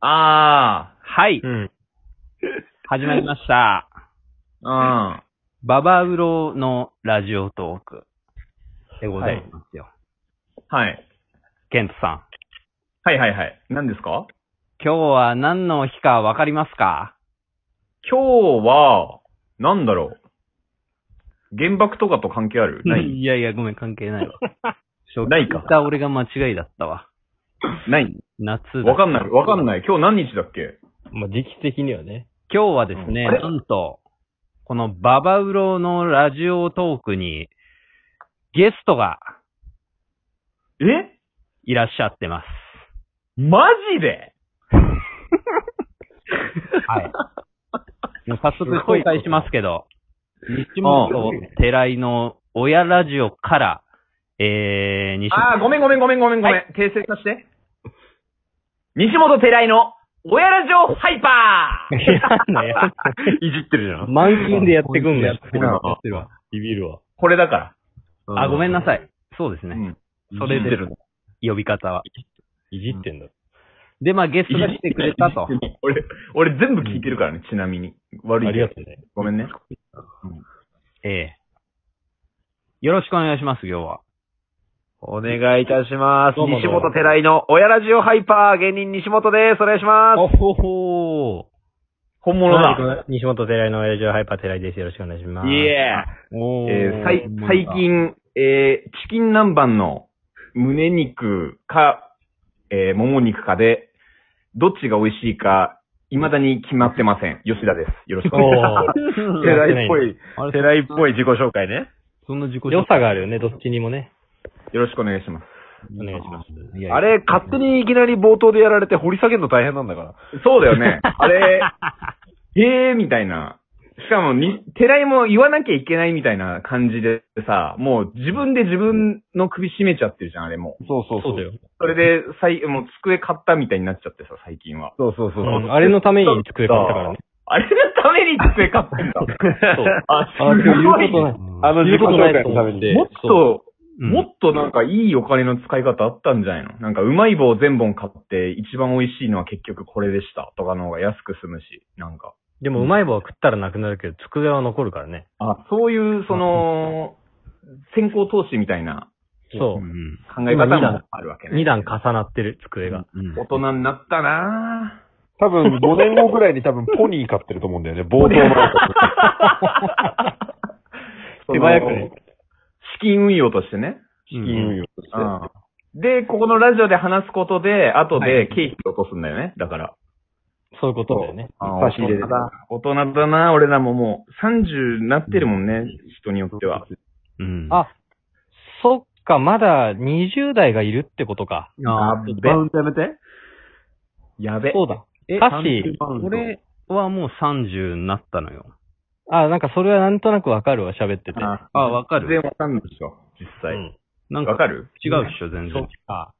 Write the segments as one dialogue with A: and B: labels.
A: ああ、はい。
B: うん。始まりました。
A: うん。
B: ババウロのラジオトークでございますよ。
A: はい。
B: ケントさん。
A: はいはいはい。何ですか
B: 今日は何の日かわかりますか。
A: 今日は、なんだろう。原爆とかと関係あるない
B: いやいや、ごめん、関係 ないわ。
A: ないか
B: 初期が俺が間違いだったわ。
A: ない。
B: 夏だ
A: わかんない。わかんない。今日何日だっけ
C: まあ、時期的にはね。
B: 今日はですね、
A: うんあれ
B: なんと、このババウロのラジオトークに、ゲストが
A: え
B: いらっしゃってます。
A: マジで
B: はい。もう早
A: す
B: 速
A: ごい
B: 紹介しますけど、西本寺井の親ラジオから、えー、西
A: ああ、
B: 本
A: ごめんごめんごめんごめんごめん。訂正させて。西本寺井の、親ラジオハイパー いじってるじゃん。
C: 満勤でやってくんだよ。
A: るな
C: ってるわ。ビビるわ。
A: これだから。
B: あ、ごめんなさ
A: い。
B: い。そうです
A: う
B: ね。
A: ん。
B: それ
A: いじってる
B: で、呼び方は。
C: いじってんだ。
B: で、まあゲストが来てくれたと。
A: 俺、俺全部聞いてるからね、ちなみに。悪い。
C: ありがとうね。
A: ごめんね。
B: ええよろしくお願いします、今日は。
D: お願いいたします。
C: どうも
D: 西本寺井の親ラジオハイパー芸人西本です。お願いします。
B: おほほ
A: 本物だ。
C: 西本寺井の親父はハイパー寺井です。よろしくお願いします。
A: いえ。
B: ー。おー
A: えーさい最。近、えーチキン南蛮の胸肉か、えー、もも肉かで、どっちが美味しいか、未だに決まってません。吉田です。よろしくお願いしま
C: お
D: 寺井っぽい、
B: あれ
D: 寺井っぽい自己紹介ね。
B: そんな自己
C: お。
B: 紹介
C: 良さがあるよね、どっちにもね。
A: す。よろしくお願いします。
C: お願いします。
B: いやいや
D: あれ、勝手にいきなり冒頭でやられて掘り下げるの大変なんだから。
A: そうだよね。あれ、えーみたいな。しかもに、寺井も言わなきゃいけないみたいな感じでさ、もう自分で自分の首絞めちゃってるじゃん、あれもう。
D: そうそう
C: そうだよ。
A: それで、さいもう机買ったみたいになっちゃってさ、最近は。
D: そうそうそう。
C: うんあれのために作ったからね。
A: あれのために机買ってんだ。
C: そう。
A: あ、
C: あ、
A: す
C: 言う
A: ごい。
C: ことない。
D: あの
C: 言
D: 自
C: う
D: 己
C: ことない
D: 紹
C: と
D: 介のため
C: 思って。
D: に。
A: もっと、
B: うん
A: もっとなんかいいお金の使い方あったんじゃないのなんかうまい棒全本買って一番美味しいのは結局これでしたとかの方が安く済むし、なんか。
C: でも、うまい棒は食ったらなくなるけど、机は残るからね。
A: あ、そういう、その、先行投資みたいな
C: そ
B: うん
A: 考え方もあるわけ
C: う。二
A: ね。
C: 段重なってる、机が。
B: うん
A: 大人になったなぁ。
D: 多 分5年後くらいに多分ポニー買ってると思うんだよね。冒頭
A: そ
D: の。手
A: の
D: 早くね。
A: 資金運用としてね。
B: うん
D: 金融として。
A: うん。で、ここのラジオで話すことで、後で経費落とすんだよね。だから。
C: そういうことだよね。
A: あ
D: 差し入れで
A: 大人だ。大人だな、俺らももう、30なってるもんね、人によっては。
B: うん
C: あそっか、まだ20代がいるってことか。
B: あ
A: やっべ
D: バウンドやめて。
A: やべ。
C: そうだ。
B: え
C: 歌詞、
B: 俺はもう30になったのよ。
C: あ、なんかそれはなんとなくわかるわ、喋ってて。
A: あ、
B: あ、わか
A: 全然
B: る。
A: わかんないでしょ、実
C: う
A: 際。
C: ん。
B: なん
A: わ
B: か
A: かる
B: 違うっしょ、全
C: そっ
B: 然。
C: か。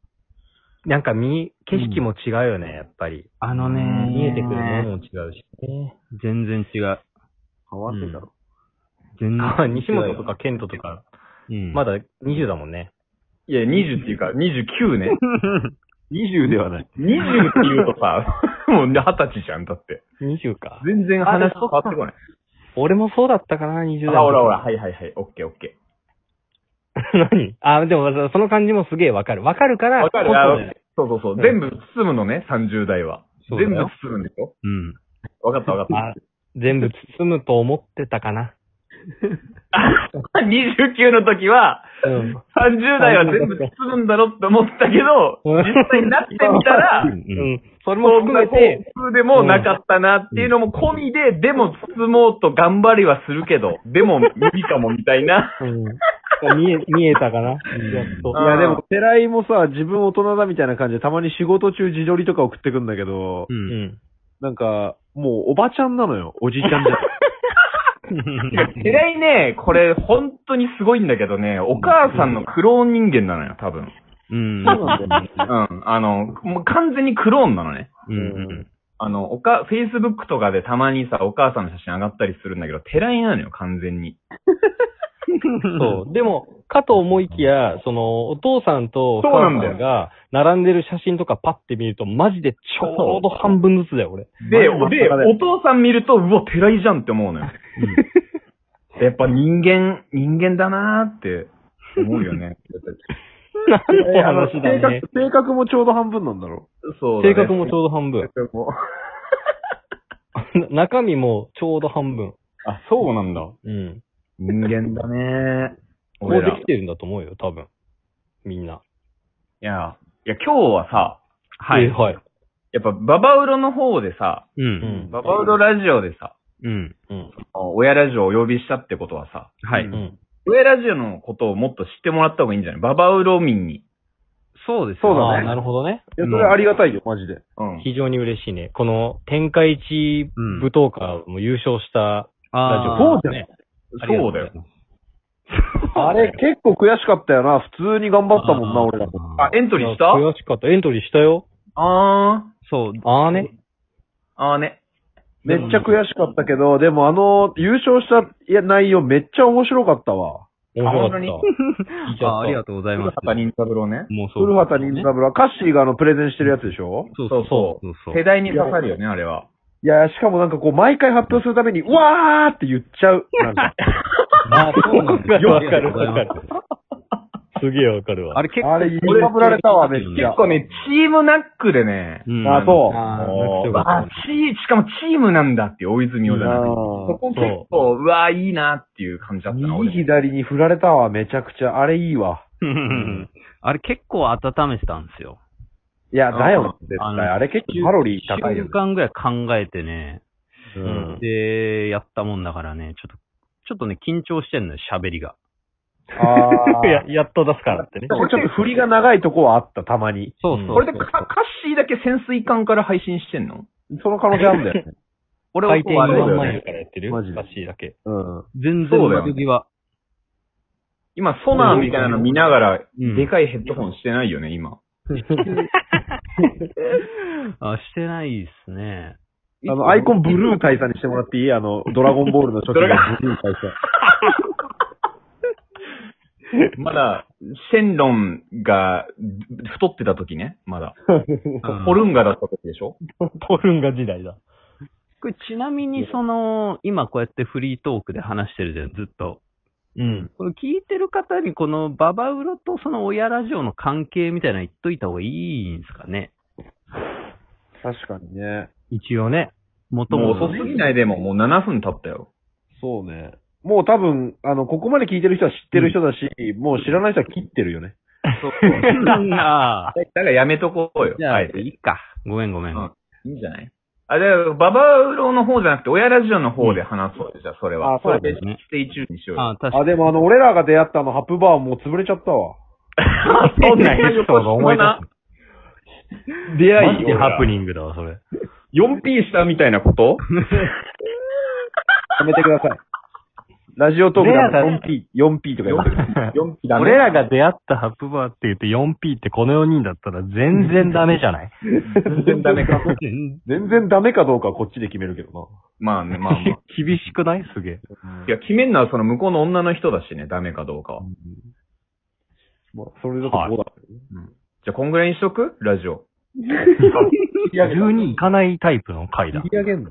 C: なんか見、景色も違うよね、やっぱり。
B: あの
A: うん
C: 見えて
B: ね、
C: くるものも違うしね。
B: 全然違う。
D: 変わってたろ。
B: 全然。
C: あ西本とかケントとか、
B: うん
C: まだ20だもんね。
A: いや、20っていうか、29ね。
D: 20ではない。
A: 20って言うとさ、 もう20歳じゃん、だって。
C: 20か。
A: 全然話変わってこない。
C: 俺もそうだったかな、20代。
A: あ、ほらほら、。はいはいはい、オッケーオッケ
C: 何あ、でもその感じもすげえわかる。わかるか
A: ー。
C: ら、
A: わかる
C: こそ
A: あ
C: だよね
A: そうそうそう。
C: うん
A: 全部包むのね、30代は。
C: そうだよ
A: 全部包むんでしょ
B: うん。
A: わかったわかっ
C: あ全部包むと思ってたかな。
A: た。29の時は、
C: うん。
A: 30代は全部包むんだろって思ったけど、
C: うん
A: 実際になってみたら、
C: う
B: うん
C: ん。そ れも
A: そん
C: 含
A: な
C: めて、
A: 幸福でもなかったなっていうのも込みで、でも包もうと頑張りはするけど、でも無理かもみたいな。
C: うん。見え、見えたかな。やっと。
A: あー
D: いやでも、寺井もさ、自分大人だみたいな感じで、たまに仕事中自撮りとか送ってくんだけど、
B: う。
C: うんん。
D: なんか、もうおばちゃんなのよ。おじいちゃんじゃん。
A: 偉いね、これ本当にすごいんだけどね、お母さんのクローン人間なのよ、多分。
B: うん。
D: そうなんだよね。
A: うん。あの、もう完全にクローンなのね。
B: うん。
A: あの、おか、Facebook とかでたまにさ、お母さんの写真上がったりするんだけど、寺井なのよ、完全に。
C: そう。でも、かと思いきや、その、お父さんとお母さんが、並んでる写真とかパッて見ると、マジでちょうど半分ずつだよ、俺。
A: で、
D: 真ん中
A: で、
D: だよ
A: お父さん見ると、うわ、寺井じゃんって思うのよ。 やっぱ人間、人間だなーって思うよね。
C: 何の話
D: 性
C: だね。
D: 格、性格もちょうど半分なんだろ
A: そうだね
C: 性格もちょうど半分。
A: 性格も
C: 中身もちょうど半分。
A: あ、そうなんだ。
C: うん。
A: 人間だねー。
C: こう
A: 俺ら。
C: できてるんだと思うよ、多分。みんな。
A: いや、いや、今日はさ、
B: は
C: え
B: い
C: ー。はい。
A: やっぱ、ババウロの方でさ、
B: う。
C: うんん。
A: ババウロラジオでさ、
B: うん。
C: うん。
A: 親ラジオをお呼びしたってことはさ、
B: はい。
C: うん。
A: 親ラジオのことをもっと知ってもらった方がいいんじゃないババウロ民に。
B: そうです
D: そう
C: あ
D: だ
C: あ
D: ね
C: ー、なるほどね。
D: う。いや、それありがたいよ、マジで。
A: うん。
C: 非常に嬉しいね。この、天下一
D: うん
C: 舞踏家も優勝したラジオ。
D: そ
B: あ
D: うじゃん
C: ね。
A: そうだよ。
D: あれ、結構悔しかったよな。普通に頑張ったもんな、俺らも。
A: あ、エントリーした
C: 悔しかった。エントリーしたよ。
A: あー、
B: そう。
C: ああね。
A: あーね。
D: めっちゃ悔しかったけど、でもあの、優勝したいや内容めっちゃ面白かったわ。
C: 面白かっ
A: あ
C: た。
A: 本
C: 聞いちゃった
B: あありがとうござい
A: 古
B: ます。
A: 畑任三郎ね。
B: もうそう。
D: 古畑任三郎、カッシーがあの、プレゼンしてるやつでしょ
B: そ
A: そ
B: うそうう
A: そ
B: そううそう。
A: 世代に刺さるよね、あれは。
D: いや、しかもなんかこう、毎回発表するために、うわーって言っちゃう。なんか
B: あ、そうなんだ。
C: わかるわかる。すげえわかるわ。
B: あれ結構。
D: あれ、揺さぶられたわ、めっち
A: 結
D: ゃ。
A: 構ね、チームナックでね、
B: うん
D: あ、そう。
C: あ
A: もう
C: なくてよかった
A: あ、チー、しかもチームなんだっていう大泉洋じゃなくてそこ結構、うわーいいなっていう感じだったな、
D: 右
A: 俺。
D: 左に振られたわ、めちゃくちゃ。あれいいわ。
B: うん あれ結構温めてたんですよ。
D: いや、だよ、
A: う
D: 絶対。
B: あの
D: あれ結構カロリー高いよ
B: 1週。間ぐらい考えてね、
D: うん
B: で、やったもんだからね、ちょっと、ちょっとね、緊張してんのよ、喋りが。
D: あ ー
C: や、やっと出すからってね。
D: ちょっと振りが長いとこはあった、たまに。
B: そうう
C: そう
B: そう。
A: これでカカッシーだけ潜水艦から配信してんの
D: その可能性あるんだよね。
B: 俺は
C: 回
B: こう
C: 転
B: あれだ
C: 4
B: よ
C: 万
B: ね
C: 円からやってるよ。
D: マジで
C: らしいだけ。
D: うん。
B: 全然
A: そうだよね
B: 窓際。
A: 今、ソナーみたいなの見ながら、
B: うん
A: でかいヘッドホンしてないよね、今。
B: あ、してないですね。
D: あの、アイコンブルー大佐にしてもらっていいあの、ドラゴンボールの初期のブルー大佐。
A: まだ、シェンロンが太ってた時ね、まだ。ポルンガだった時でしょ
C: ポルンガ時代だ。
B: これちなみに、その、今こうやってフリートークで話してるじゃん、ずっと。
C: うん。
B: この聞いてる方に、このババウロとその親ラジオの関係みたいなの言っといた方がいいんですかね。
D: 確かにね。
C: 一応ね。
B: もと
A: も
B: も
A: う遅すぎないでも、もう7分経ったよ。
D: そうね。もう多分、あの、ここまで聞いてる人は知ってる人だし、もう知らない人は切ってるよね。
A: そうそう。
B: ああ。
A: だからやめとこうよ。
B: じゃあ、
A: はい
B: い。いか。ごめんごめん。
A: うんいいんじゃないあ、じゃあ、ババウロの方じゃなくて、親ラジオの方で話そうよ、じゃあ、それは。
D: あそう
A: で
D: です
B: ね
A: ステイチューンにしようよ。
B: ああ、確か
D: あ、でもあの、俺らが出会ったあの、ハプバーもう潰れちゃったわ。
C: そんなエピソード思い出
D: 出
C: す。
D: 会
C: マ
D: い
C: ジで
D: よ
C: ハプニングだわ、それ。
A: 4P したみたいなこと
D: やめてください。ラジオトークだと 4P、4P とか言われて
A: ?4P だね。
C: 俺らが出会ったハップバーって言って 4P ってこの4人だったら全然ダメじゃない
A: 全然ダメか。
B: に。
D: 全然ダメかどうかはこっちで決めるけど
A: まあね、まあまあ。い
C: 厳しくないすげえ。
D: な。
A: や、決めんのはその向こうの女の人だしね、ダメかどうかは。
D: まあ、それだとこうだ。
A: じゃあ、こんぐらいにしとくラジオ。
C: 12いかないタイプの回だ
D: 引。き上げんの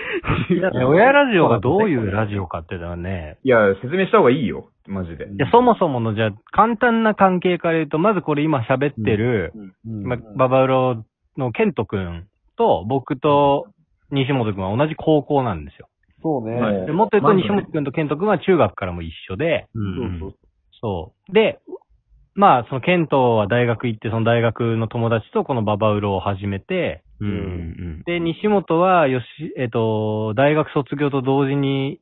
C: いや親ラジオがどういうラジオかっていうのはね、
A: いや、説明した方がいいよ、マジで。
C: いや、そもそもの、じゃあ、簡単な関係から言うと、まずこれ今喋ってる、
D: うん
C: ま、ババウロのケントくんと、僕と西本くんは同じ高校なんですよ。
D: そうね。
A: はい
C: でもっと言うと
A: まず
C: 西
A: ね
C: 本くんとケントくんは中学からも一緒で、
B: う
D: そうんそうそう
C: そう。で、まあ、そのケントは大学行って、その大学の友達とこのババウロを始めて、
B: うん。うん。
C: で、西本は、よし、えっ、と、大学卒業と同時に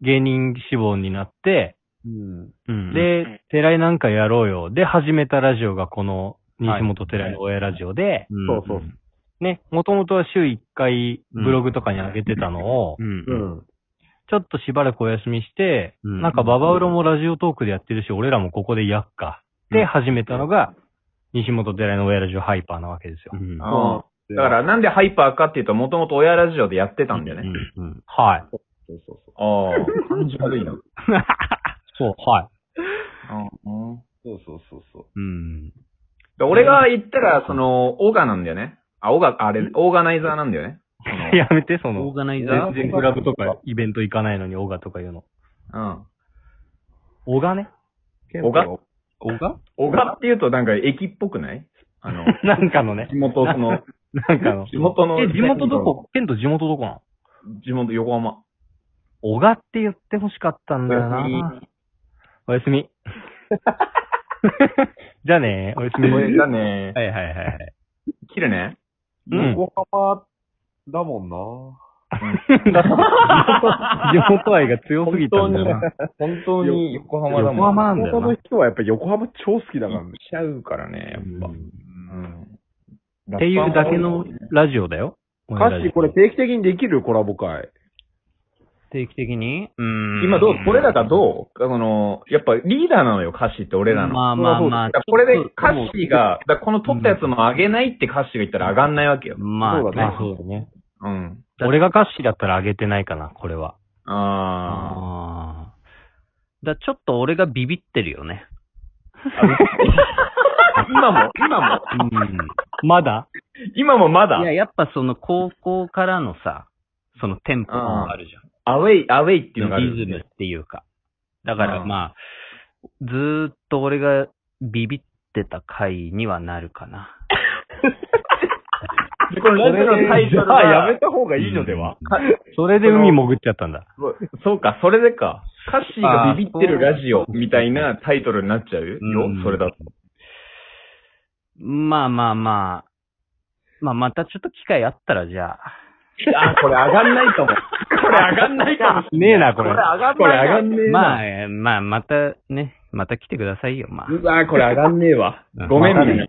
C: 芸人志望になって、
D: うん。
B: うん、
C: で、寺井なんかやろうよ。で、始めたラジオがこの、西本寺井の親ラジオで、
B: うん、
D: そうそう
C: ね、もともとは週1回ブログとかに上げてたのを、
B: うん。
D: う
B: うん。
D: ん。
C: ちょっとしばらくお休みして、
B: うん
C: なんかババウロもラジオトークでやってるし、俺らもここでやっか。で、始めたのが、西本寺井の親ラジオハイパーなわけですよ。
B: うん。
A: あのだか、ら、なんでハイパーかっていうと、もともと親ラジオでやってたんだよね。
B: うん。
C: はい。
D: そうそうそう。
A: ああ、感じ悪いな。
C: そう、はい。
A: うん
D: そうそうそうそう。
B: うん。
A: だ俺が言ったら、その、オーガなんだよね。あ、オーガ、あれ、オーガナイザーなんだよね。
C: やめて、そ
B: オ
C: の
B: ー、ガナイザ
C: 全
B: ー
C: 然クラブとかイベント行かないのにオガとか言うの。
A: うん。
C: オガね。
A: オガ
B: オガ
A: オガって言うとなんか駅っぽくないあの、
C: なんかのね。
A: 地元、その、
C: なんかの。
A: 地元の。
C: え、地元どこケント地元どこなの
A: 地元、横浜。
C: 小賀って言ってほしかったんだよ
A: おや
C: な。おやす み。じゃあねおやすみ。
A: こ
C: はい
A: れだね、
C: はいはいはい。
A: 切るね。
C: うん。
D: 横浜だもんな。
C: 地元愛が強すぎたんだよな。
A: 本当に横浜だもん。
C: 横浜なんだよ
D: 横
C: な
D: 浜の人はやっぱ横浜超好きだから
A: 行っ。
D: ね
A: ちゃうからね、やっぱ。うん。っ
C: っていうだけのラジオだよ。
D: カッシーこれ定期的にできるコラボ会。
B: 定期的にうん。
A: 今どうこれらがどうその、やっぱリーダーなのよ、歌詞って俺らの。
B: まあまあまあ
A: だから。これで歌詞が、だからこの撮ったやつも上げないって歌詞が言ったら上がんないわけよ。
B: まあ
D: そう
B: ね
D: だ
C: あ、。そうだね。
A: うん。
C: 俺がカッシーだったらあげてないかな、これは。
A: あ
B: あーだからちょっと俺がビビってるよね。
A: あ。今も、今も、
C: まだ
A: 今もまだ
B: い、や、やっぱその高校からのさ、そのテンポがあるじゃん。
A: アウェイ、アウェイっていうのがある、
B: リズムっていうか。だから
A: うん
B: まあ、ずーっと俺がビビってた回にはなるかな。
A: で、このラジオのタイトル
D: じゃ
A: は、
D: あやめた方がいいのでは
A: か
C: それで海潜っちゃったんだ。
A: そうか、それでか。歌詞がビビってるラジオみたいなタイトルになっちゃうよ、
B: うん
A: それだと。
B: まあまあまあ。まあまたちょっと機会あったらじゃあ。
A: あ、これ上がんないかも。これ上がんないかも。
C: ねえな、こ
A: これ
C: れ
A: 上。がんない。
D: これ上がんねえな。
B: まあ、えーまあまたね、また来てくださいよ、まあ。
A: うわこれ上がんねえわ。ごめん、みんな。